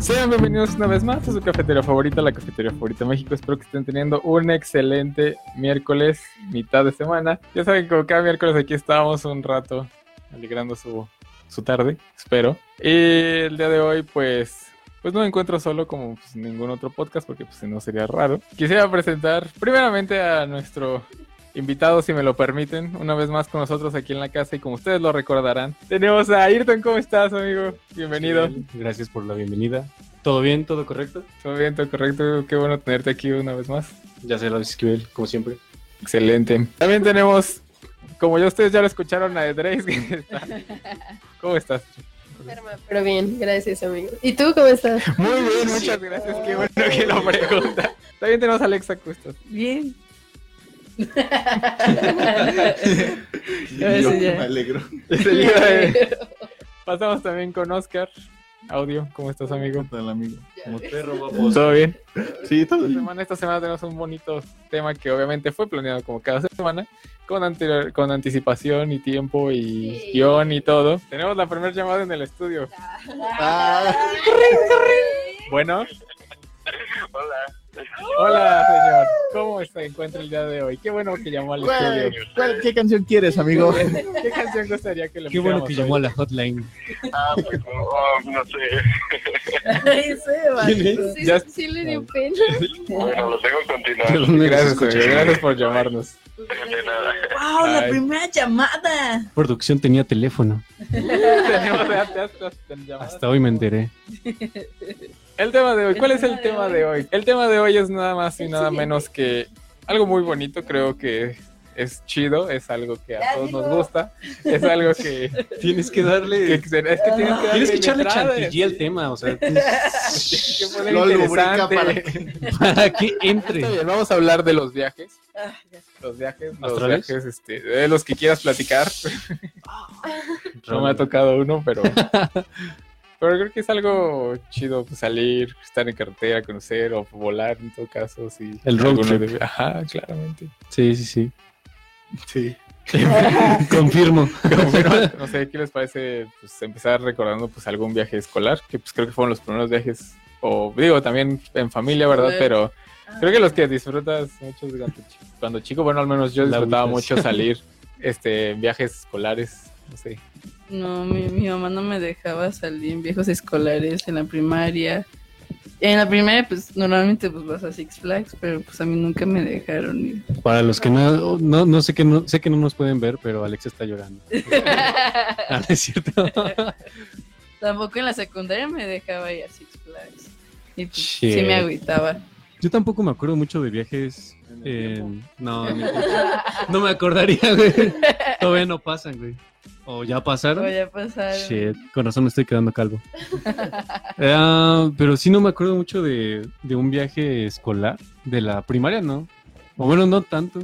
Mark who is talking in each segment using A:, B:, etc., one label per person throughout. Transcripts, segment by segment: A: Sean bienvenidos una vez más a su cafetería favorita, la Cafetería Favorita México. Espero que estén teniendo un excelente miércoles, mitad de semana. Ya saben que como cada miércoles aquí estábamos un rato alegrando su, su tarde, espero. Y el día de hoy, pues, pues no me encuentro solo como pues, ningún otro podcast porque pues si no sería raro. Quisiera presentar primeramente a nuestro invitado, si me lo permiten, una vez más con nosotros aquí en la casa y como ustedes lo recordarán, tenemos a Ayrton. ¿Cómo estás, amigo? Bienvenido.
B: Miguel, Gracias por la bienvenida. ¿Todo bien? ¿Todo correcto?
A: Todo bien, todo correcto. Qué bueno tenerte aquí una vez más.
B: Ya sé la SQL, como siempre.
A: Excelente. También tenemos, como ya ustedes ya lo escucharon, a Edreis. que está- ¿Cómo estás?
C: Enferma, pero bien, gracias amigo. ¿Y tú cómo estás?
A: Muy bien, muchas gracias. Qué bueno que lo preguntas. También tenemos a Alexa Custas.
D: Bien.
C: Ahora sí, ya.
E: alegro.
A: Enseguida, eh, Pasamos también con Oscar. Audio, ¿cómo estás, amigo?
E: ¿Qué tal, amigo? ¿Cómo te-
B: Perro baboso.
A: Pues, ¿Todo bien?
E: Sí, todo
A: Esta
E: bien.
A: semana, esta semana tenemos un bonito tema que obviamente fue planeado como cada semana, con, anterior, con anticipación y tiempo y
C: Sí.
A: guión y todo. Tenemos la primera llamada en el estudio.
E: Ah,
A: Bueno. Hola. Hola, señor. ¿Cómo se encuentra el día de hoy? Qué bueno que llamó al
E: ¿Cuál-
A: estudio.
E: cuál- ¿Qué canción quieres, amigo?
A: ¿Qué canción gustaría que le
B: Qué bueno que
A: pusiéramos
B: llamó a la hotline.
F: Oh, no sé.
D: Ay, Seba.
C: Sí,
A: Ya-
C: sí le dio pena.
F: Bueno, lo tengo que continuar.
B: Perdón,
A: hoy?
B: me
A: Gracias,
B: escuché.
A: señor. Gracias por llamarnos.
F: De nada.
D: Wow, la
A: Ay.
D: primera llamada.
B: Producción tenía teléfono.
A: Tenemos hasta- hasta- hasta llamadas.
B: Hasta hoy me enteré.
A: El tema de hoy,
C: El
A: ¿cuál es
C: tema
A: el
C: de
A: tema
C: hoy.
A: de hoy? El tema de hoy es nada más y
C: El
A: nada
C: siguiente.
A: menos que algo muy bonito, creo que es chido, es algo que a
C: Ya,
A: todos nos
C: dilo.
A: gusta, es algo que,
B: Tienes que
A: que-
B: darle.
A: es que tienes que, darle
B: Tienes que echarle
A: entrada,
B: chantilly al tema, o sea, tienes-
A: tienes que poner
E: Lo lubrica
A: interesante.
E: para que
B: para que entre.
A: Está bien, Vamos a hablar de los viajes,
D: Ah, ya.
A: los viajes, los
B: ¿Astrales?
A: viajes, este, de los que quieras platicar. No me ha tocado uno, pero. Pero creo que es algo chido pues, salir, estar en carretera, conocer o volar en todo caso. Sí.
B: El road
A: Alguno
B: trip.
A: de- Ajá, claramente.
B: Sí, sí, sí.
E: Sí.
B: Confirmo.
A: Pero, no sé, ¿qué les parece pues, empezar recordando pues algún viaje escolar? Que pues creo que fueron los primeros viajes, o digo, también en familia, ¿verdad?
D: Sí.
A: Pero
B: Ah.
A: creo que los que disfrutas mucho durante chi- cuando chico, bueno, al menos yo
B: La
A: disfrutaba
B: agüitas.
A: mucho salir este en viajes escolares, no sé.
D: No, mi, mi mamá no me dejaba salir en viejos escolares, en la primaria. En la primaria, pues normalmente pues vas a Six Flags, pero pues a mí nunca me dejaron ir.
B: Para los que no, no, no sé que no sé que no nos pueden ver, pero Alex está llorando. Ah, no es cierto.
D: Tampoco en la secundaria me dejaba ir a Six Flags. Y pues,
B: Shit.
D: sí me agüitaba.
B: Yo tampoco me acuerdo mucho de viajes.
E: En el
B: eh,
E: tiempo.
B: no, en el tiempo. no me acordaría, güey. Todavía no pasan, güey. O ya pasaron.
D: Voy a pasar.
B: Shit, con razón me estoy quedando calvo. Ah, pero sí no me acuerdo mucho de, de un viaje escolar, de la primaria, ¿no? O bueno, no tanto.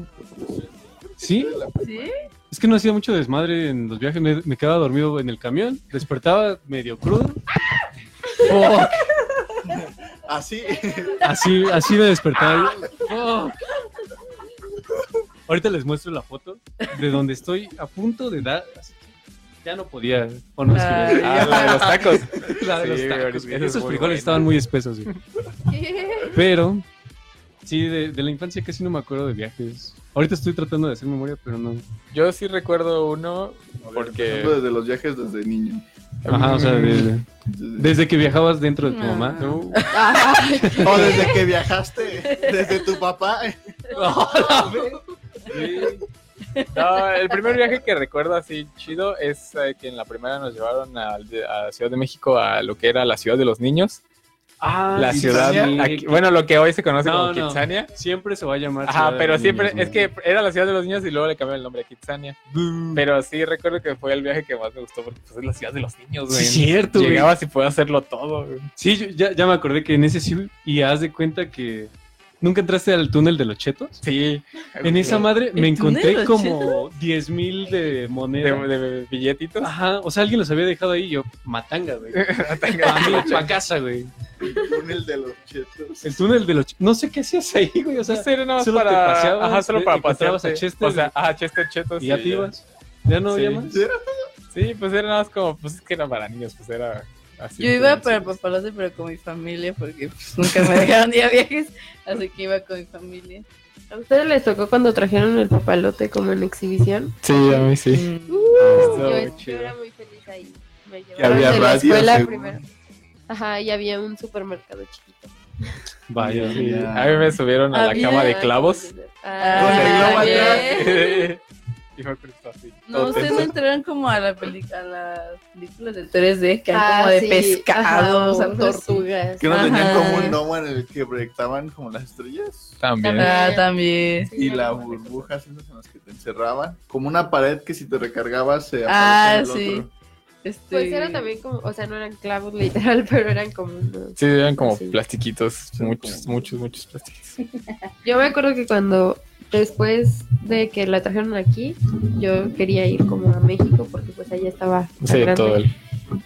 B: Sí,
D: ¿Sí?
B: es que no hacía mucho desmadre en los viajes, me, me quedaba dormido en el camión, despertaba medio crudo. Fuck,
E: Así.
B: así, así me despertaba. yo. Fuck. Ahorita les muestro la foto de donde estoy a punto de dar. Ya no podía. O no, es que-
D: Ay.
A: Ah, la de los tacos.
B: Ah, La de
A: Sí,
B: los tacos,
A: ahorita
B: güey.
A: es
B: Esos
A: muy
B: frijoles
A: buena.
B: estaban muy espesos, güey. Pero, sí, de, de la infancia casi no me acuerdo de viajes. Ahorita estoy tratando de hacer memoria, pero no.
A: Yo sí recuerdo uno porque
E: Empezando Desde los viajes desde niño.
B: Ajá, o sea, de-
E: Desde-
B: desde que viajabas dentro de tu
D: Ah.
B: mamá.
A: No,
E: O Oh, desde que viajaste. Desde tu papá.
A: No, el primer viaje que recuerdo así chido es eh, que en la primera nos llevaron al de- a, Ciudad de México a lo que era la ciudad de los niños.
B: Ah,
A: La
B: sí,
A: ciudad,
B: sí.
A: aquí- bueno, lo que hoy se conoce
B: No,
A: como
B: no.
A: Kitsania.
B: Siempre se va a llamar.
A: Ajá,
B: Ciudad
A: pero
B: de
A: siempre,
B: Niños,
A: es que era la ciudad de los niños y luego le cambiaron el nombre a Kitsania.
B: ¿no?
A: Pero sí recuerdo que fue el viaje que más me gustó porque pues, es la ciudad de los niños,
B: Sí,
A: güey.
B: es cierto, güey.
A: Llegabas y podías hacerlo todo, güey.
B: Sí, yo- ya, ya me acordé que en ese sí, y haz de cuenta que. ¿Nunca entraste al túnel de los chetos?
A: Sí.
B: En esa madre me
D: túnel de
B: encontré
D: los
B: como 10 mil de
A: de,
B: monedas.
A: de billetitos.
B: Ajá, o sea, alguien los había dejado ahí y yo, matanga, güey.
A: Tenga-
B: Pa' mí, pa' casa, güey.
E: Túnel de los chetos.
B: El túnel de los... ch- No sé qué hacías ahí, güey, o sea...
A: Ese era nada más
B: solo te
A: para.
B: paseabas,
A: ajá, solo
B: te-
A: para
B: encontrabas a
A: pasearte.
B: Chester,
A: o sea, ajá, Chester Chetos.
B: Y ya te ibas. Ya no
A: Sí.
B: había más.
E: ¿Sí era?
A: Sí, pues era nada más como, pues es que era para niños, pues era Así
D: Yo iba
A: entonces.
D: para Papalote, pero con mi familia, porque pues, nunca me dejaron ir a viajes, así que iba con mi familia.
C: ¿A ustedes les tocó cuando trajeron el papalote como en exhibición?
A: Sí, a mí sí.
D: Mm.
A: Estuvo
C: yo,
A: muy
C: yo
A: chido.
C: era muy feliz ahí. Me
E: Que había
C: llevaron de la
E: radio,
C: escuela
E: seguro.
C: primero. Ajá, y había un supermercado chiquito.
B: Vaya.
A: Sí,
E: ya.
A: A mí me subieron a la
D: Había-
A: cama de clavos.
D: Ah,
E: Con el globo
C: Ah, bien.
E: atrás.
A: Y fue Cristo así.
D: No,
A: todo
D: ustedes
A: tenso.
D: no entraron como a la peli- a las películas de 3D, que
C: Ah,
D: hay como de
C: sí, ajá,
D: pescados, a
C: unas
D: tortugas.
C: tortugas.
E: Que no tenían
D: Ajá.
E: como un domo en el que proyectaban como las estrellas.
A: También.
D: Ah, también.
C: Sí,
E: Y
C: no,
E: las
C: no me acuerdo.
E: burbujas esas en las que te encerraban. Como una pared que si te recargabas se
D: Ah,
E: aparecía en el
D: sí.
E: otro.
D: Este...
C: Pues eran también como, o sea, no eran clavos literal, pero eran como unos-
A: Sí, eran como
C: Sí.
A: plastiquitos.
E: Sí,
A: Muchos,
E: como-
A: muchos, muchos plastiquitos.
C: Yo me acuerdo que cuando después de que la trajeron aquí, yo quería ir como a México porque pues allá estaba tan
A: Sí,
C: grande.
A: todo el.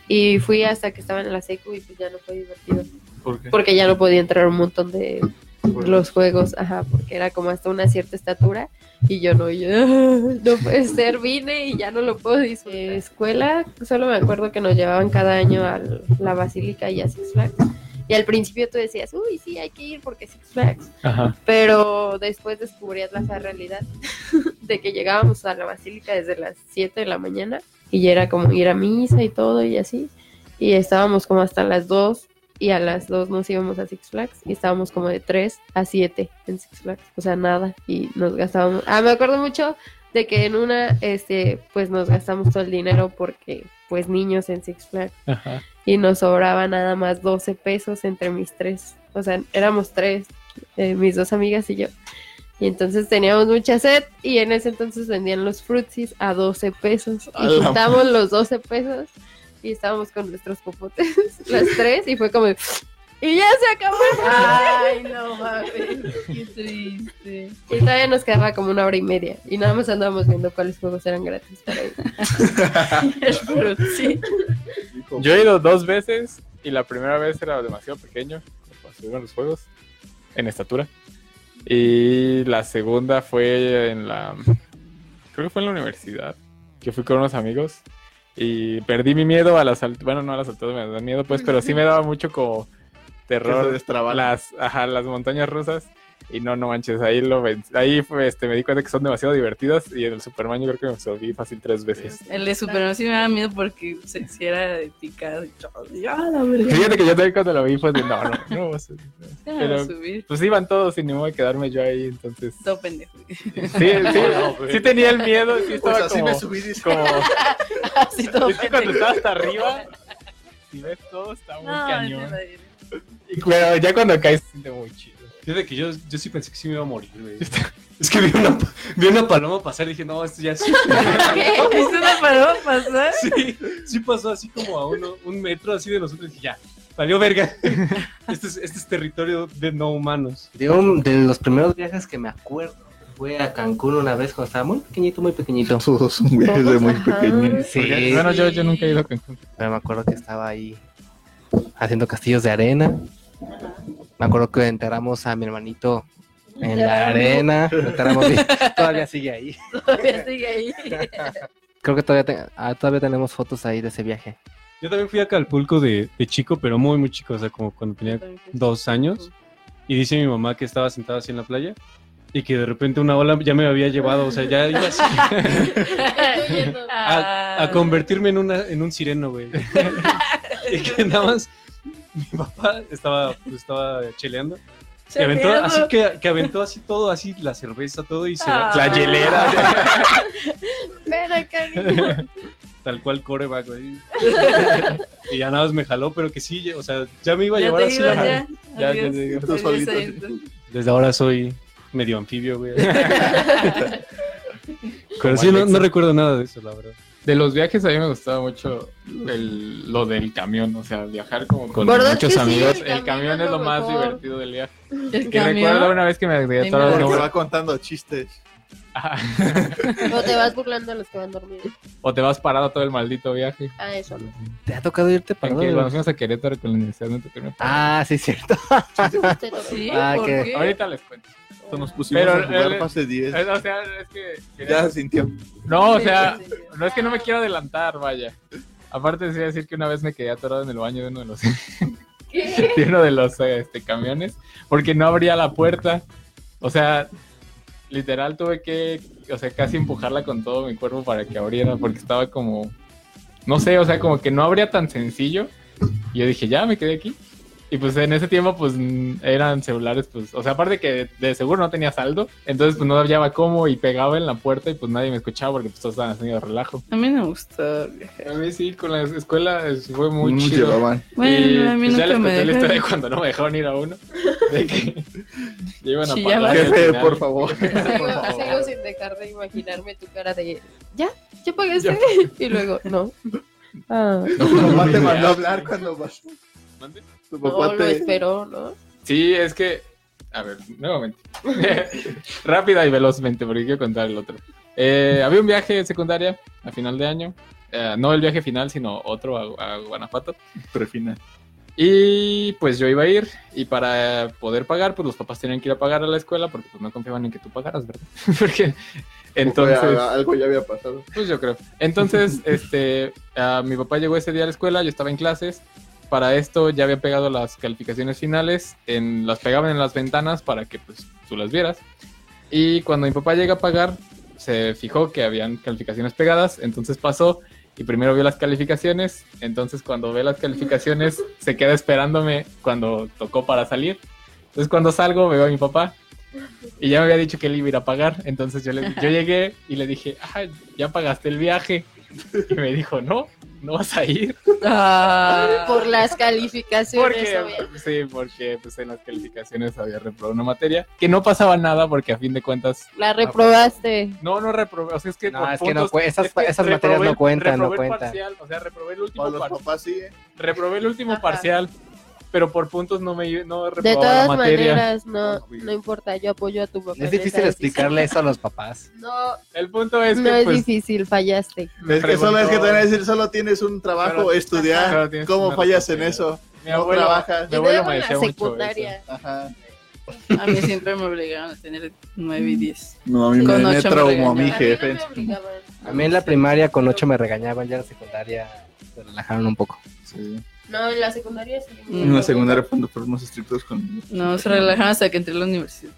C: y fui hasta que estaba en la secu y pues ya no fue divertido
E: ¿Por qué?
C: porque ya no podía entrar a un montón de los juegos, ajá, porque era como hasta una cierta estatura y yo no, y yo "Ah, no puede ser, vine y ya no lo puedo disfrutar. Eh, escuela, solo me acuerdo que nos llevaban cada año a la Basílica y a Six Flags y al principio tú decías, uy, sí, hay que ir porque Six Flags,
A: Ajá.
C: pero después descubrías la sad realidad de que llegábamos a la Basílica desde las 7 de la mañana y ya era como ir a misa y todo y así y estábamos como hasta las 2 y a las 2 nos íbamos a Six Flags y estábamos como de 3 a 7 en Six Flags, o sea, nada y nos gastábamos. Ah, me acuerdo mucho de que en una este pues nos gastamos todo el dinero porque pues niños en Six Flags
A: Ajá.
C: y nos sobraba nada más 12 pesos entre mis tres. O sea, éramos tres, eh, mis dos amigas y yo. Y entonces teníamos mucha sed y en ese entonces vendían los frutsis a 12 pesos.
E: A
C: Y
E: la
C: juntamos los 12 pesos y estábamos con nuestros popotes, las tres, y fue como... de, Y ya se acabó.
D: Ay, no mames, qué triste.
C: Y todavía nos quedaba como una hora y media. Y nada más andábamos viendo cuáles juegos eran gratis para ir.
D: Pero sí.
E: Dijo,
A: Yo he ido dos veces y la primera vez era demasiado pequeño para subir a los juegos en estatura. Y la segunda fue en la. Creo que fue en la universidad que fui con unos amigos y perdí mi miedo a las alturas. Bueno, no a las alturas me da miedo, pues, pero sí me daba mucho como
E: que se
A: terror
E: destrababa.
A: las, ajá, las montañas rusas. Y no, no manches, ahí lo ven- ahí fue, este, me di cuenta que son demasiado divertidas y en el Superman yo creo que me subí fácil tres veces.
D: El de Superman sí me da miedo porque se hiciera de picado y todo. Y, ah, la verdad.
A: Fíjate que yo también cuando lo vi fue de no, no, no, no,
D: Pero...
A: Pero-
D: subir.
A: pues iban todos y ni modo de quedarme yo ahí, entonces. Sí,
D: Todo pendejo.
A: sí, sí tenía el miedo, sí
E: Pues
A: estaba
E: así
A: como,
E: me subí dice,
A: como-
D: Así todo
A: es que cuando estaba hasta arriba, si ves todo está muy
D: No,
A: cañón.
D: no, no, no.
A: Y- Pero ya cuando caes se siente muy chido.
B: Fíjate que yo, yo sí pensé que sí me iba a morir, güey. Es que vi una, vi una paloma pasar y dije, no, esto ya es-
D: ¿Es una paloma pasar?
B: Sí, sí pasó así como a uno, un metro así de nosotros y dije, ya, salió verga. Este es, este es territorio de no humanos.
G: De, un- de los primeros viajes que me acuerdo fue a Cancún una vez cuando estaba muy pequeñito, muy pequeñito.
E: Todos son viajes de muy
C: Ajá.
E: pequeños.
G: Sí,
A: Porque, bueno, yo, yo nunca he ido a Cancún.
G: pero me acuerdo que estaba ahí haciendo castillos de arena. Me acuerdo que enterramos a mi hermanito en la arena. Lo enterramos bien. Todavía sigue ahí.
D: Todavía sigue ahí.
G: Creo que todavía, te- ah, todavía tenemos fotos ahí de ese viaje.
B: Yo también fui a Acapulco de, de chico, pero muy, muy chico, o sea, como cuando tenía dos años. Y dice mi mamá que estaba sentada así en la playa y que de repente una ola ya me había llevado, o sea, ya iba así a, a convertirme en, una, en un sireno, güey. y que nada más mi papá estaba, pues, estaba cheleando. Y aventó, así que, que aventó así todo, así la cerveza, todo y se va-
D: Ah.
A: La hielera.
C: Espera, cariño.
B: tal cual coreback, güey. y ya nada más me jaló, pero que sí, ya- o sea, ya me iba a
D: Ya
B: llevar
D: te
B: así la
D: ibas, ya.
A: Ya, ya
D: Adiós.
A: te digo.
E: Tú
D: Adiós,
E: solito,
D: adiós.
B: Desde ahora soy medio anfibio, güey. pero sí, no, no recuerdo nada de eso, la verdad.
A: De los viajes a mí me gustaba mucho el, lo del camión, o sea, viajar como con
C: ¿Verdad que
A: muchos
C: sí?
A: amigos. El
C: El camión
A: camión es lo más
C: mejor.
A: divertido del viaje.
D: El
A: Y recuerdo
D: camión.
A: una vez que me agregué
D: Ay,
A: todas las
D: no.
E: Porque
A: nubes.
E: va contando chistes.
A: Ajá.
C: O te vas burlando a los que van dormidos.
A: O te vas parado todo el maldito viaje.
C: Ah, eso no.
G: ¿Te ha tocado irte para
A: Porque
G: dónde?
A: cuando fuimos a Querétaro con la universidad no te creo.
G: Ah, sí, cierto.
C: Te toca.
D: Sí,
G: Ah,
D: ¿por
G: que-
D: qué?
A: Ahorita les cuento.
E: Entonces nos pusimos
A: Pero,
E: a jugar
A: eh,
E: pase 10.
A: Es- O sea, es que...
E: Ya se sintió.
A: No, o sea, no es que no me quiero adelantar, vaya. Aparte, sí decir que una vez me quedé atorado en el baño de uno de los,
C: ¿Qué?
A: de uno de los eh, este, camiones porque no abría la puerta. O sea, literal tuve que, o sea, casi empujarla con todo mi cuerpo para que abriera porque estaba como, no sé, o sea, como que no abría tan sencillo. Y yo dije, ya me quedé aquí. Y pues en ese tiempo, pues mm, eran celulares, pues, o sea, aparte que de seguro no tenía saldo, entonces pues no hallaba cómo y pegaba en la puerta y pues nadie me escuchaba porque pues todos estaban haciendo relajo.
D: A mí no me gustó viajar.
A: A mí sí, con la escuela eh, fue muy
E: Mm,
A: chido.
E: llevaban.
D: Bueno, a mí
A: pues, ya les
D: nunca me
A: conté la
D: dejaron.
A: historia de cuando no me dejaron ir a uno. De que ya iban a
D: Chillaba.
A: pagar.
E: Jefe, por favor.
C: Sigo, sigo sin dejar de imaginarme tu cara de ya, ya pagaste. Y luego, no. Ah,
E: Tu papá te mandó a hablar cuando vas.
A: ¿Mande?
E: Tu
C: no
E: papá
C: lo
E: te.
C: esperó, ¿no?
A: Sí, es que. A ver, nuevamente. Rápida y velozmente, porque quiero contar el otro. Eh, había un viaje de secundaria a final de año. Eh, no el viaje final, sino otro a, a Guanajuato.
E: Prefinal.
A: Y pues yo iba a ir. Y para poder pagar, pues los papás tenían que ir a pagar a la escuela porque pues, no confiaban en que tú pagaras, ¿verdad? porque. Entonces.
E: Ojo, ya- Algo ya había pasado.
A: Pues yo creo. Entonces, este, ah, mi papá llegó ese día a la escuela, yo estaba en clases. Para esto ya había pegado las calificaciones finales, en, las pegaban en las ventanas para que pues, tú las vieras. Y cuando mi papá llega a pagar, se fijó que habían calificaciones pegadas, entonces pasó y primero vio las calificaciones. Entonces, cuando ve las calificaciones, se queda esperándome cuando tocó para salir. Entonces, cuando salgo, veo a mi papá y ya me había dicho que él iba a ir a pagar. Entonces, yo, le- yo llegué y le dije, ah, ya pagaste el viaje. Y me dijo, no, no vas a ir.
D: Ah.
C: Por las calificaciones,
A: Porque,
C: obvio.
A: sí, porque pues, en las calificaciones había reprobado una materia que no pasaba nada porque a fin de cuentas.
C: La reprobaste.
A: No, no reprobé. O sea, es que.
G: No,
A: por
G: es que no cue- esas- esas materias
A: reprobé-
G: no cuentan, no
A: reprobé el
G: cuentan.
A: parcial, o sea, reprobé el último
E: Para los
A: parcial.
E: papás sí, ¿eh?
A: Reprobé el último
C: Ajá.
A: parcial, pero por puntos no me no
C: De
A: reprobaba
C: todas
A: la materia.
C: maneras, no, no importa, yo apoyo a tu papá.
G: Es
C: en esa
G: difícil
C: decisión.
G: explicarle eso a los papás.
C: No,
A: El punto es
C: no
A: que
C: es
A: pues
C: difícil, fallaste.
E: Es que solo es que te van a decir, solo tienes un trabajo,
A: Solo-
E: estudiar.
A: Solo tienes
E: ¿Cómo
A: una
E: fallas en
A: responsabilidad.
E: eso?
A: mi
E: no
A: abuelo
E: trabajas.
A: mi
C: Yo
A: abuelo
C: luego
A: me
C: en
A: decía
C: la
A: mucho
C: secundaria.
E: Ajá.
D: A mí siempre me obligaron a tener 9 y 10.
E: No, a mí
D: Sí. Con
E: me, me
D: ocho me
E: traumó mi
D: regañaron.
C: A mí
E: jefe.
C: no me obligaban.
G: A mí en la primaria con ocho me regañaban, ya en la secundaria se relajaron un poco.
E: Sí.
C: No, en la secundaria sí.
A: Mm,
E: En la secundaria cuando fueron más estrictos con...
D: No, se relajaron hasta que entré a la universidad.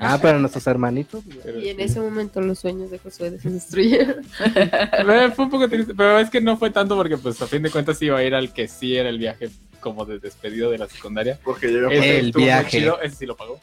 G: Ah, pero nuestros hermanitos.
A: eso.
C: Y en ese momento los sueños de Josué se destruyeron.
A: Eh, fue un poco triste, pero es que no fue tanto porque pues a fin de cuentas iba a ir al que sí era el viaje como de despedido de la secundaria.
E: Porque llega
G: Eh,
A: Ese
G: El
A: estuvo muy
G: viaje.
A: chido, ese sí lo pagó.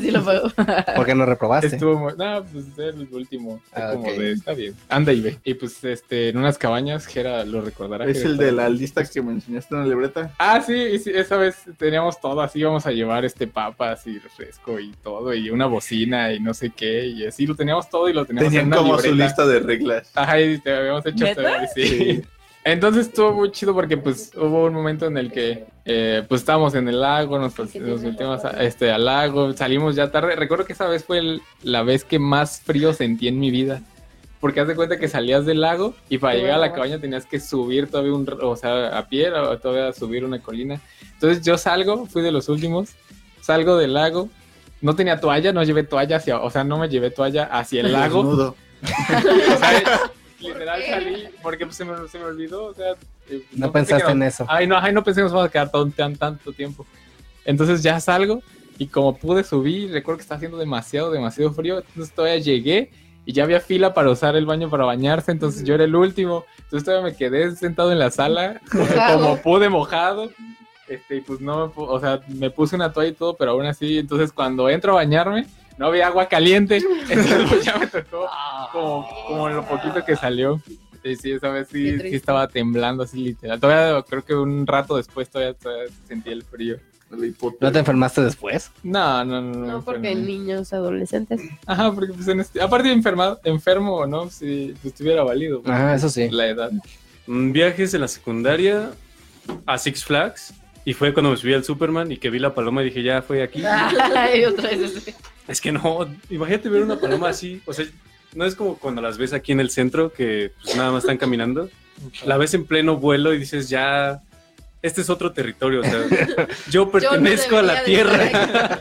D: Sí lo pago.
G: Porque no reprobaste.
A: Estuvo muy, no, pues era el último, Fue
G: Ah,
A: como
G: ok.
A: de, está bien. Anda y ve. Y pues este en unas cabañas Gera lo recordará.
E: Es
A: Jera,
E: el de la lista que me enseñaste en la libreta.
A: Ah, sí, y sí, esa vez teníamos todo así, íbamos a llevar este papas y refresco y todo, y una bocina y no sé qué, y así lo teníamos todo y lo teníamos en
E: Tenían
A: una
E: como su
A: libreta.
E: lista de reglas.
A: Ajá, y te habíamos hecho
D: ¿Neta?
A: hasta- sí. Entonces estuvo muy chido porque pues hubo un momento en el que eh, pues estábamos en el lago, nos, pas- nos metimos a- este, al lago, salimos ya tarde. Recuerdo que esa vez fue el- la vez que más frío sentí en mi vida. Porque haz de cuenta que salías del lago y para
C: Qué
A: llegar a la
C: bueno.
A: cabaña tenías que subir todavía un, r- o sea, a pie, o todavía subir una colina. Entonces yo salgo, fui de los últimos, salgo del lago, no tenía toalla, no llevé toalla hacia, o sea, no me llevé toalla hacia el lago.
E: Desnudo.
A: O sea, literal
C: qué?
A: salí porque pues, se, me, se me olvidó, o sea... eh,
G: No
A: pensé que
G: pensaste en
A: nos-
G: eso.
A: Ay, no, ay, no pensé que nos vamos a quedar tan, tan- tanto tiempo. Entonces ya salgo y como pude subir, recuerdo que estaba haciendo demasiado, demasiado frío, entonces todavía llegué y ya había fila para usar el baño para bañarse, entonces yo era el último. Entonces todavía me quedé sentado en la sala, como pude mojado. Este, y pues no, me pu- o sea, me puse una toalla y todo, pero aún así, entonces cuando entro a bañarme, no había agua caliente, entonces pues, ya me tocó como, como lo poquito que salió. Y sí, esa vez
C: Qué
A: sí,
C: triste.
A: sí estaba temblando así literal. Todavía creo que un rato después todavía, todavía sentí el frío.
E: La
G: ¿No te
E: hipoteca.
G: enfermaste después?
A: No, no, no. No, fue
C: No,
G: pues,
C: porque
A: nada.
C: niños, adolescentes.
A: Ajá, porque pues en este- aparte de enferma- enfermo o no, si pues, estuviera válido. porque
G: Ajá, eso sí.
A: La edad.
B: Mm, Viajes en la secundaria a Six Flags. Y fue cuando me subí al Superman y que vi la paloma y dije, ya fue aquí.
D: Ay, otra vez. así.
B: Es que no, imagínate ver una paloma así. O sea, no es como cuando las ves aquí en el centro que pues, nada más están caminando. La ves en pleno vuelo y dices, ya, este es otro territorio. O sea, yo pertenezco a la tierra.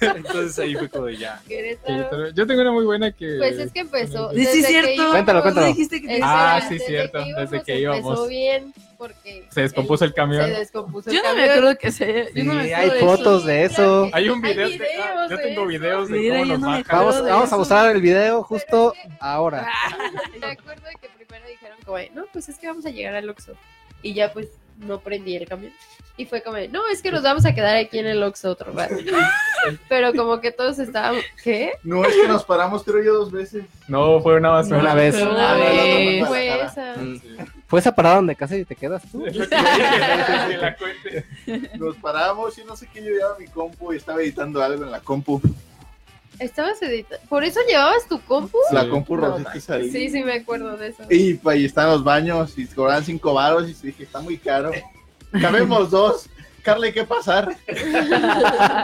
B: Entonces ahí fue como de ya.
C: Querétaro.
A: Yo tengo una muy buena que.
C: Pues es que empezó.
D: Sí, sí,
C: desde
D: es cierto.
C: que-
G: Cuéntalo,
D: ¿por qué
G: cuéntalo.
D: dijiste que
C: Espera,
A: Ah, sí, cierto, desde que
C: Empezó
A: íbamos.
C: bien porque
A: Se descompuso el camión.
C: Se descompuso
D: Yo
C: el
D: no me
C: camión.
D: acuerdo que se. yo no me
G: Sí,
D: acuerdo
G: hay
D: de eso.
G: fotos de eso.
A: Hay un
C: Hay
A: video. de- ah,
C: videos
A: yo
C: de
A: tengo
C: eso.
A: videos de
D: Mira,
A: cómo
D: yo
A: nos
D: no me
A: bajan.
G: Vamos,
D: de
G: vamos
D: eso.
G: a mostrar el video justo ahora.
C: Me acuerdo que primero dijeron como, de, no, pues es que vamos a llegar al Oxxo. Y ya pues no prendí el camión. Y fue como, de, no, es que nos vamos a quedar aquí en el Oxxo otro rato. Pero como que todos estábamos, ¿qué?
E: No, es que nos paramos, creo yo, dos veces.
A: No, fue una más
G: Fue una vez.
D: Fue
C: No,
D: una
C: no, no,
D: vez.
C: no, fue esa.
G: Mm. Fue esa parada donde casi te quedas tú.
A: Que la cuente.
E: Nos paramos y no sé qué, yo llevaba mi compu y estaba editando algo en la compu.
C: Estabas editando. ¿Por eso llevabas tu compu?
E: La
A: Sí.
E: compu
C: No,
E: Rosetta es ahí.
C: Sí, sí, me acuerdo de eso.
E: Y pa, ahí están los baños y cobran cinco varos y dije, está muy caro. Cabemos dos. Carla, hay que pasar.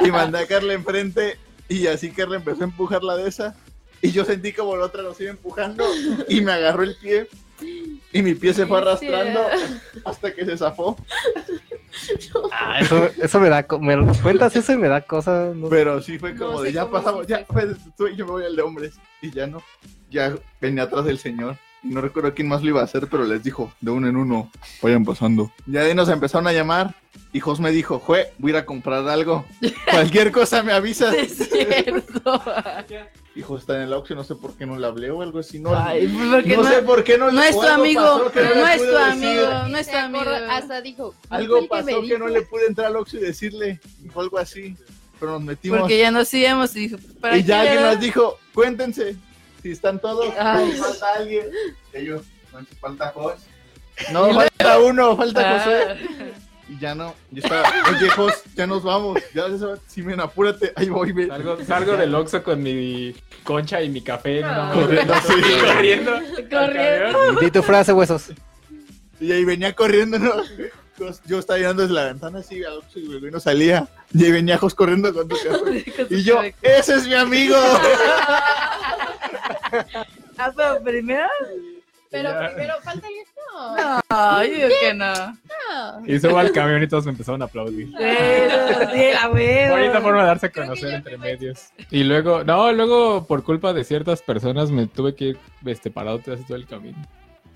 E: y mandé a Carla enfrente y así Carla empezó a empujar la de esa. Y yo sentí como la otra nos iba empujando y me agarró el pie. Y mi pie se fue arrastrando
C: eh.
E: hasta que se zafó.
G: Ah, eso, eso me da. co- Me cuentas eso y me da cosas. no sé.
E: Pero sí fue como
C: No
E: de,
C: sé
E: ya
C: cómo
E: pasamos, ya
C: hiciste
E: pues, tú y yo me voy al de hombres. Y ya no. Ya venía atrás del señor. Y no recuerdo quién más lo iba a hacer, pero les dijo, de uno en uno, vayan pasando. Ya de ahí nos empezaron a llamar. Y Jos me dijo, jue, voy a ir a comprar algo. Cualquier cosa me avisas.
D: Es cierto.
E: Y Jos está en el auction, no sé por qué no le hablé o algo así. No,
D: Ay, porque
E: no,
D: no,
E: sé por qué no le
D: no es
E: o
D: tu
E: algo
D: amigo.
E: pasó que le
D: No es
E: pude
D: tu
E: decir.
D: amigo. No es
C: Se
D: tu amigo.
C: acordó- Hasta dijo.
E: Algo
C: "Fue el me
E: pasó que no
C: dijo".
E: le pude entrar al auction y decirle. Fue algo así. Pero nos metimos.
D: Porque ya nos íbamos y dijo, ¿para
E: Y ya
D: qué le
E: alguien
D: das?
E: nos dijo, cuéntense, si están todos,
D: Ay.
E: si falta alguien. Ellos, no, si falta Jos. No, falta uno,
D: Ah.
E: falta José. Y ya no, yo estaba, oye Jos, ya nos vamos, ya se va, si ven, apúrate, ahí voy, ve.
A: Salgo, salgo del Oxxo con mi concha y mi café.
C: Ah.
A: No,
E: Corriendo así.
A: corriendo. al
D: Corriendo.
A: camión.
G: Y di tu frase, huesos.
E: Y ahí venía corriendo, ¿no? Jos, Yo estaba mirando desde la ventana así, al Oxxo, y el güey no salía. Y ahí venía Jos corriendo con tu café.
D: Con su
E: Y yo,
D: cabeza.
E: ese es mi amigo.
D: Ah, pero primero.
C: Pero
A: Ya.
C: primero falta el no.
D: No, yo digo que no.
C: no.
A: Y subo al camión y todos me empezaron a aplaudir.
D: Pero, sí, a ver.
A: Bonita forma de darse a
C: Creo que
A: conocer
C: ya
A: entre
C: fue.
A: medios. Y luego, no, luego por culpa de ciertas personas me tuve que ir este, parado tras todo el camino.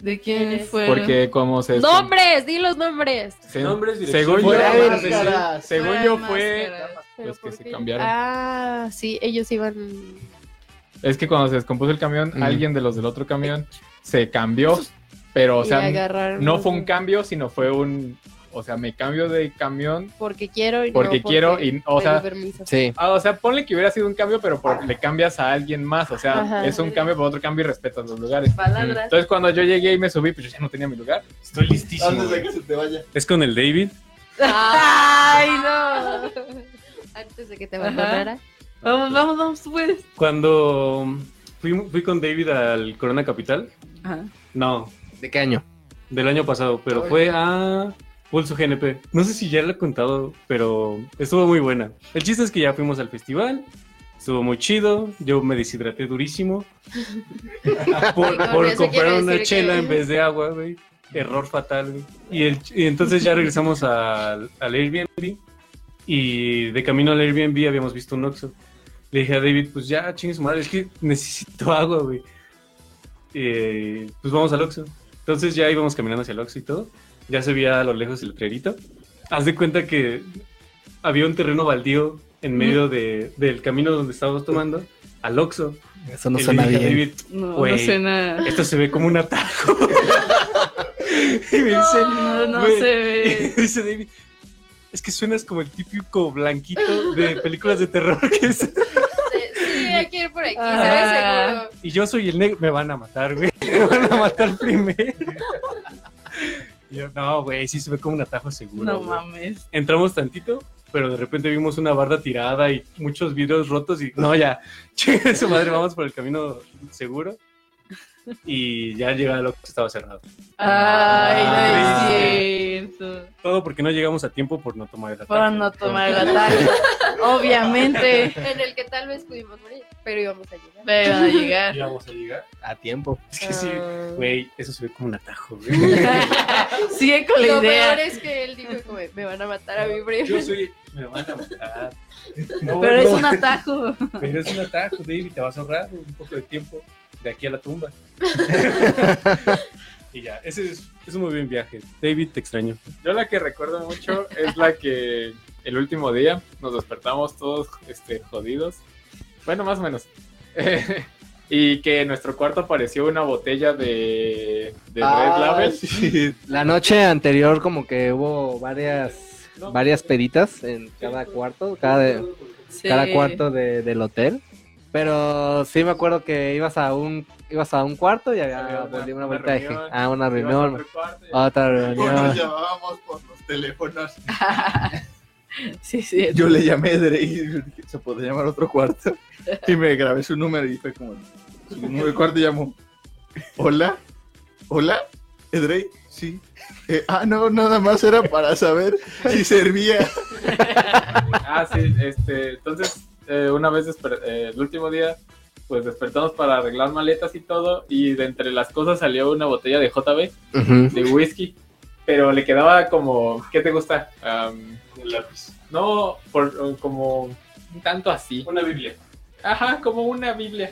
D: ¿De quién
C: ¿Quién
D: fue?
A: Porque como se...
C: ¡Nombres! ¡Di los nombres!
A: se-
B: Nombres, dirección,
A: según yo,
E: fuera
A: según
E: máscaras.
A: según yo fue los que
C: ¿por
A: se
C: qué?
A: cambiaron.
C: Ah, sí, ellos iban.
A: Es que cuando se descompuso el camión,
G: Ujú.
A: alguien de los del otro camión se cambió, pero o
C: y
A: sea,
C: agarraron
A: no fue un cambio, sino fue un, o sea, me cambio de camión
C: Porque quiero y no
A: porque quiero y, o
C: me dio
A: sea,
C: permiso.
G: Sí.
A: ah, o sea, ponle que hubiera sido un cambio, pero por- le cambias a alguien más, o sea,
C: Ajá.
A: es un cambio por otro cambio y respetas los lugares.
D: Palabras.
A: Entonces cuando yo llegué y me subí, pues yo ya no tenía mi lugar.
B: Estoy listísimo.
E: Antes de que se te vaya.
B: Es con el David.
D: Ay, no.
C: Antes de que te abandonara.
D: Vamos, vamos, vamos, pues. tú puedes.
B: Cuando fui, fui con David al Corona Capital.
D: Ajá.
B: No,
G: ¿De qué año?
B: del año pasado, pero fue a Pulso GNP. No sé si ya lo he contado, pero estuvo muy buena. El chiste es que ya fuimos al festival, estuvo muy chido, yo me deshidraté durísimo por,
C: Y con
B: por
C: eso
B: comprar
C: quiere
B: una
C: decir
B: chela
C: que-
B: en vez de agua, güey. Error fatal, güey. Y, el- y entonces ya regresamos al, al Airbnb y de camino al Airbnb habíamos visto un Oxxo. Le dije a David, pues ya, chingue su madre, es que necesito agua, güey. Eh, pues vamos al Oxxo. Entonces ya íbamos caminando hacia el Oxxo y todo. Ya se veía a lo lejos el letrerito. Haz de cuenta que había un terreno baldío en medio de- del camino donde estábamos tomando al Oxxo.
G: Eso no
B: Y le
G: suena
B: dije a
G: bien.
B: David,
D: No, no
B: Güey.
D: sé nada.
B: esto se ve como un atajo. y me dice,
D: No, no
B: güey, y
D: se ve.
B: dice David, es que suenas como el típico blanquito de películas de terror que es.
C: Sí, hay que ir por aquí,
D: Ah.
C: ¿sabes? Seguro.
B: Y yo soy el negro. Me van a matar, güey. Me van a matar primero. Y yo, no, güey, sí se ve como un atajo seguro.
D: No
B: güey".
D: mames.
B: Entramos tantito, pero de repente vimos una barda tirada y muchos vidrios rotos y no, ya, chingue su madre, vamos por el camino seguro. Y ya llegaba lo que estaba cerrado.
A: Ah,
D: Ay, no
B: Ay.
D: es cierto.
B: Todo porque no llegamos a tiempo por no tomar el ataque.
D: Para no tomar el ataque. Obviamente.
C: En el que tal vez pudimos morir, pero íbamos a llegar.
D: Pero a llegar.
B: Íbamos a llegar.
G: A tiempo.
B: Es que sí,
D: Ah.
B: güey, eso se ve como un atajo, güey.
D: Sigue con la
C: Lo
D: idea.
C: peor es que él dijo como, me van a matar a mí
B: Yo
C: primero.
B: soy. Me van a matar. No,
D: Pero es
B: no,
D: un atajo.
B: pero es un atajo, David. Te vas a ahorrar un poco de tiempo de aquí a la tumba. y ya, ese es, es un muy buen viaje. David, te extraño.
A: Yo la que recuerdo mucho es la que el último día nos despertamos todos este, jodidos. Bueno, más o menos. y que en nuestro cuarto apareció una botella de, de Red
E: Ah,
A: Label.
G: La noche anterior como que hubo varias varias peritas en cada cuarto, cada,
D: Sí.
G: cada cuarto de- del hotel. Pero sí me acuerdo que ibas a un ibas a un cuarto y había
A: Había otra- Ah, una
G: una, una vuelta de
A: reunión.
G: gi- ah, una reunión,
A: Otro cuarto y-
G: otra
E: O nos
G: reunión.
E: llamábamos por los teléfonos.
D: Sí, sí.
E: Yo le llamé a Dre y le dije, se podría llamar otro cuarto. Y me grabé su número y fue como. Su número de cuarto y llamó. Hola, hola, Edrey, sí. Eh, ah, no, nada más era para saber si servía.
A: Ah, sí, este, entonces, eh, una vez desper- eh, el último día, pues despertamos para arreglar maletas y todo, y de entre las cosas salió una botella de JB,
G: Ujú.
A: de whisky, pero le quedaba como, ¿qué te gusta? Am,
B: El lápiz.
A: no, por, como un tanto así.
B: Una Biblia.
A: Ajá, como una Biblia.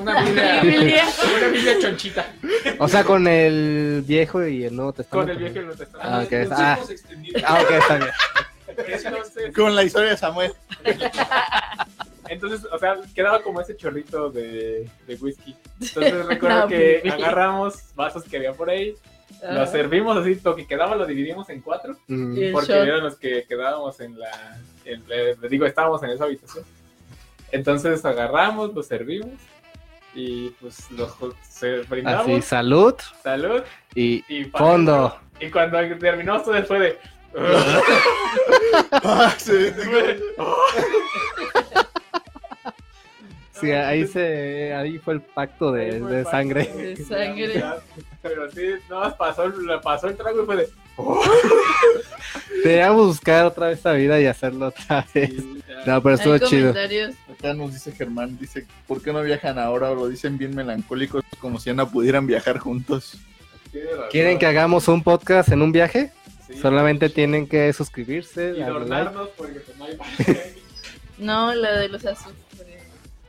A: Una Biblia.
D: Biblia.
A: una Biblia chonchita.
G: O sea, con el viejo y el Nuevo
A: Con
G: Testamento.
A: el viejo en los testados.
G: Ah, ok,
B: Nos
G: ah.
B: hemos extendido.
G: Ah, ok, está bien.
A: Entonces,
E: Con la historia de Samuel.
A: entonces, o sea, quedaba como ese chorrito de, de whisky. Entonces recuerdo
D: No,
A: que
D: Biblia.
A: agarramos vasos que había por ahí, lo servimos así, lo que quedaba lo dividimos en cuatro,
G: Mm.
D: Y el
A: porque
D: shot.
A: eran los que quedábamos en la, en- eh, digo, estábamos en esa habitación. Entonces agarramos, lo servimos y pues los jo- se brindamos,
G: Así, salud
A: salud
G: y
A: y pa-
G: fondo.
A: Y cuando terminamos todo después de...
E: Ah, sí.
G: Sí, ahí se ahí fue el pacto de,
A: Ahí fue el
G: de
A: pacto.
G: sangre.
D: De sangre.
A: Pero sí, nada más pasó, el- pasó el trago y fue de...
G: Deberíamos buscar otra vez esta vida y hacerlo otra vez.
A: y ya.
G: No, pero estuvo
D: Hay
G: chido.
D: comentarios.
E: Acá nos dice Germán, dice, ¿por qué no viajan ahora? O lo dicen bien melancólicos, como si ya no pudieran viajar juntos.
A: Tiene razón.
G: ¿Quieren que hagamos un podcast en un viaje?
A: Sí.
G: Solamente tienen que suscribirse.
A: Y
G: darle like.
A: adornarnos porque pues, no hay...
D: No, la de los azufres.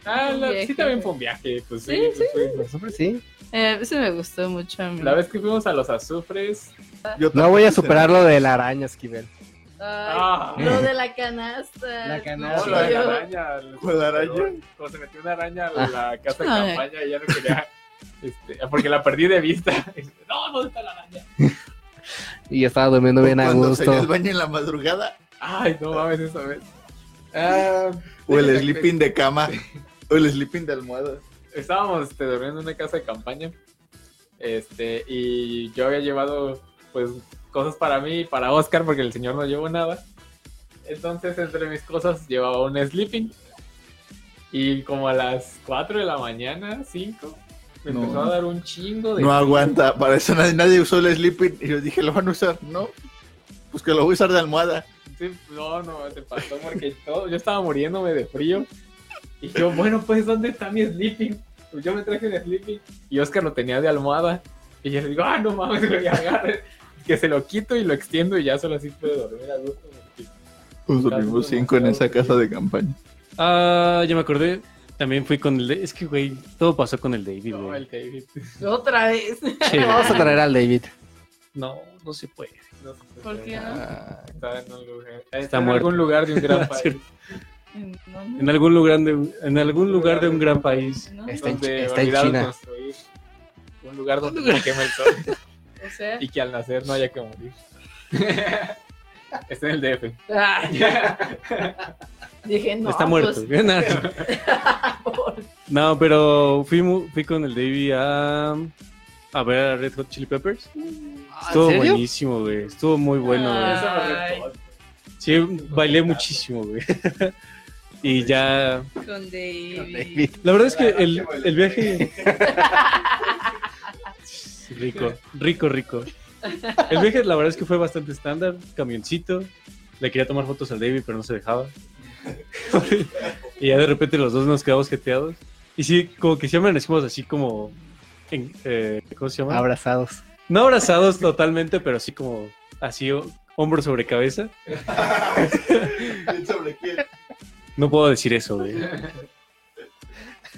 A: Ah,
D: Un
A: la-
D: viaje,
A: sí también
D: güey.
A: fue un viaje, pues sí.
D: Sí,
A: pues, fue- pues,
G: Siempre sí.
D: Eh, ese me gustó mucho a mí.
A: La vez que fuimos a los azufres.
E: Yo
G: No voy a
E: tampoco-
G: superar lo de la araña, Esquivel.
D: Ay,
A: Ah,
D: Lo de la canasta.
G: La canasta.
A: la
D: Yo-
A: araña. el-
E: ¿Cuál araña?
A: Cuando se metió una araña a la casa de
D: Ah.
A: campaña y ya no quería. Este, porque la perdí de vista. No, ¿dónde está la araña?
G: Y estaba durmiendo bien a
E: Cuando salía al
G: gusto.
E: baño en la madrugada,
A: Ay, no mames, esa vez. Ah,
E: o el sleeping de cama, o el sleeping de almohada.
A: estábamos este, durmiendo en una casa de campaña. Este, y yo había llevado, pues, cosas para mí y para Oscar, porque el señor no llevó nada. Entonces, entre mis cosas, llevaba un sleeping. Y como a las 4 de la mañana, 5, me
E: No.
A: empezó a dar un chingo de.
E: No aguanta, para eso nadie, nadie usó el sleeping. Y yo dije, ¿lo van a usar? No, pues que lo voy a usar de almohada.
A: Sí, no, no, te pasó porque todo, yo estaba muriéndome de frío. Y yo, bueno, pues, ¿dónde está mi sleeping? Pues yo me traje de sleeping y Oscar lo tenía de almohada. Y yo le digo, ah, no mames, güey, agarre. Que se lo quito y lo extiendo y ya solo así puedo dormir a gusto. porque-
E: Pues
A: dormimos
E: dormimos
A: cinco
E: cinco
A: en
E: en
A: esa
E: esa
A: casa
E: casa de campaña.
B: Ah, ya me acordé. También fui con el. de- Es que, güey, todo pasó con el David,
A: No,
B: güey.
A: el David.
D: Otra vez.
B: Sí,
G: Vamos a traer al David.
B: No, no se puede.
A: No sé,
D: ¿Por qué no?
G: Ah,
A: Está en un lugar. Está,
B: Está
A: en
B: muerto.
A: algún lugar de un gran país.
B: Cierto.
D: ¿En dónde?
B: En algún lugar de, en algún lugar de un gran país.
D: ¿No?
G: Está en,
A: donde
G: Chi- está en
A: olvidaron
G: China.
A: construir Un lugar donde se quema el sol
D: O sea,
A: y que al nacer no haya que morir. Está en el DF.
D: ay, ah. dije, no.
B: Está muerto.
D: pues,
B: No, pero fui, mu- fui con el Davey a, a ver a Red Hot Chili Peppers.
D: Mm.
B: Estuvo
G: serio?
B: buenísimo, güey. Estuvo muy bueno, güey.
D: Ah. Ay.
B: Sí, bailé muchísimo, güey. Y ya.
D: con David.
G: David.
B: La verdad es que el, el viaje. Rico, rico, rico. El viaje, la verdad es que fue bastante estándar. Camioncito. Le quería tomar fotos al David, pero no se dejaba. y ya de repente los dos nos quedamos jeteados. Y sí, como que sí amanecimos así como. en- eh, ¿Cómo se llama?
G: Ah, Abrazados.
B: No abrazados totalmente, pero así como. Así, o- hombro sobre cabeza.
E: ¿Sobre quién?
B: No puedo decir eso, güey.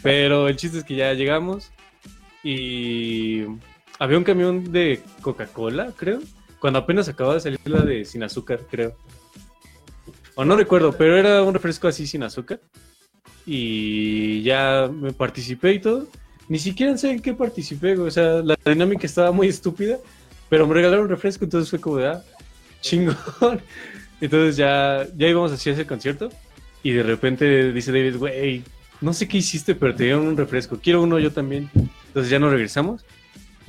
B: Pero el chiste es que ya llegamos y había un camión de Coca-Cola, creo. Cuando apenas acababa de salir la de sin azúcar, creo. O no recuerdo, pero era un refresco así sin azúcar. Y ya me participé y todo. Ni siquiera sé en qué participé, güey. O sea, la dinámica estaba muy estúpida. Pero me regalaron un refresco, entonces fue como de, ah, chingón. Entonces ya, ya íbamos hacia ese concierto. Y de repente dice David, güey, no sé qué hiciste, pero te dieron un refresco. Quiero uno yo también. Entonces ya nos regresamos.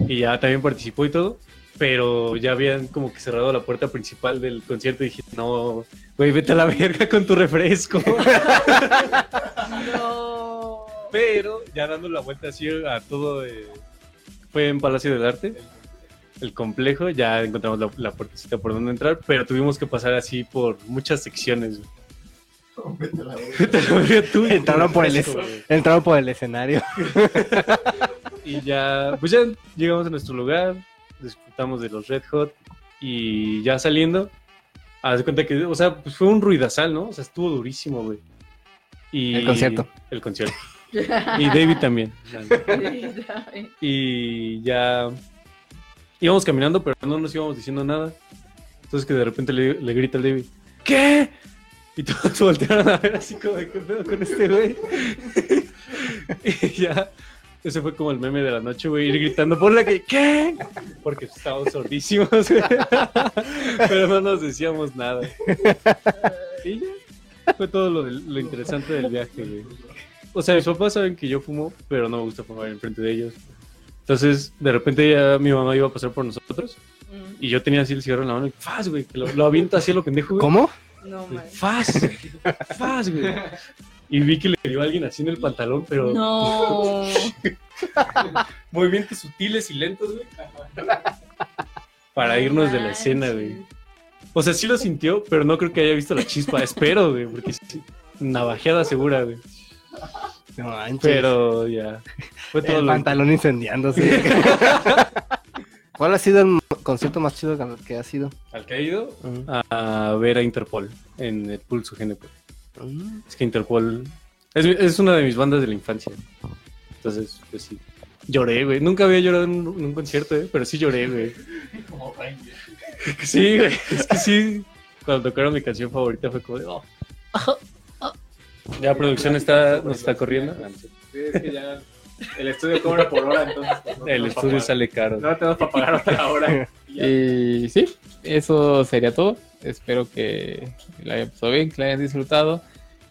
B: Y ya también participó y todo. Pero ya habían como que cerrado la puerta principal del concierto. Y dije, no, güey, vete a la verga con tu refresco.
D: No.
B: pero ya dando la vuelta así a todo. eh, fue en Palacio del Arte. El complejo, ya encontramos la, la puertecita por donde entrar, pero tuvimos que pasar así por muchas secciones. güey.
E: Vete a la verga.
B: Te lo digo tú,
G: Entraron por el, es-
B: refresco, güey.
G: entraron por el escenario.
B: Y ya, pues ya llegamos a nuestro lugar, disfrutamos de los Red Hot y ya saliendo, haz de cuenta que, o sea, pues fue un ruidazal, ¿no? O sea, estuvo durísimo, güey. Y
G: El concierto.
B: El concierto. Y David también.
D: Ay,
B: Y ya íbamos caminando, pero no nos íbamos diciendo nada. Entonces que de repente le, le grita al David, ¿qué? Y todos voltearon a ver así como, de, ¿qué pedo con este güey? y ya, ese fue como el meme de la noche, güey, ir gritando, ponle que, ¿qué? Porque estábamos sordísimos, güey. pero no nos decíamos nada. y ya, fue todo lo, del- lo interesante del viaje, güey. O sea, mis papás saben que yo fumo, pero no me gusta fumar enfrente de ellos. Entonces, de repente ya mi mamá iba a pasar por nosotros
D: mm,
B: y yo tenía así el cigarro en la mano y ¡faz, güey! que Lo, lo aviento así a lo pendejo, güey.
G: ¿Cómo?
D: No, man.
B: ¡Faz! ¡Faz, güey! Y vi que le dio a alguien así en el pantalón, pero
D: No.
B: movimientos sutiles y lentos, güey. Para irnos de la escena, güey. O sea, sí lo sintió, pero no creo que haya visto la chispa. Espero, güey, porque sí, navajeada segura, güey.
G: No manches.
B: Pero ya. Fue todo
G: El
B: lo
G: pantalón incendiándose. ¿Cuál ha sido el mo- concierto más chido que- que ha sido?
B: al caído a ver a Interpol en el pulso GNP.
G: Mm.
B: Es que Interpol es, mi- es una de mis bandas de la infancia. Entonces, pues sí. Lloré, güey. Nunca había llorado en un, en un concierto, eh, pero sí lloré, güey.
E: Como Ranger.
B: Sí, güey. Es que sí. Cuando tocaron mi canción favorita fue como de. "Oh". Ya producción está, nos está corriendo.
A: Sí, es que ya el estudio cobra por hora, entonces. pues, no te
B: El
A: vas a
B: estudio
A: pagar.
B: sale caro.
A: No te vas a pagar otra hora. Y sí, eso sería todo. Espero que la hayan pasado bien, que la hayan disfrutado.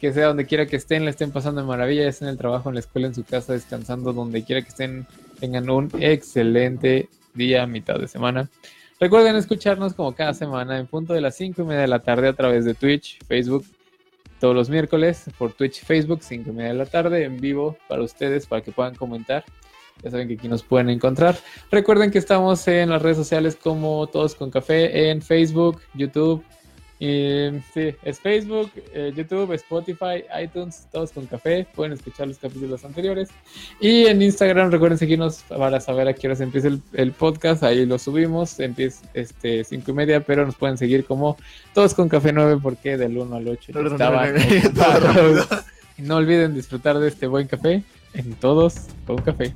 A: Que sea donde quiera que estén, la estén pasando de maravilla, ya sea en el trabajo, en la escuela, en su casa, descansando, donde quiera que estén, tengan un excelente día, mitad de semana. Recuerden escucharnos como cada semana en punto de las 5 y media de la tarde a través de Twitch, Facebook, todos los miércoles por Twitch, Facebook, 5 y media de la tarde en vivo para ustedes, para que puedan comentar. Ya saben que aquí nos pueden encontrar. Recuerden que estamos en las redes sociales como Todos con Café, en Facebook, YouTube. eh, sí, es Facebook, eh, YouTube, Spotify, iTunes, Todos con Café. Pueden escuchar los capítulos anteriores. Y en Instagram, recuerden seguirnos para saber a qué hora empieza el, el podcast. Ahí lo subimos, empieza este, cinco y media, pero nos pueden seguir como Todos con Café 9 porque del 1 al 8 estaban ocupados. No olviden disfrutar de este buen café en Todos con Café.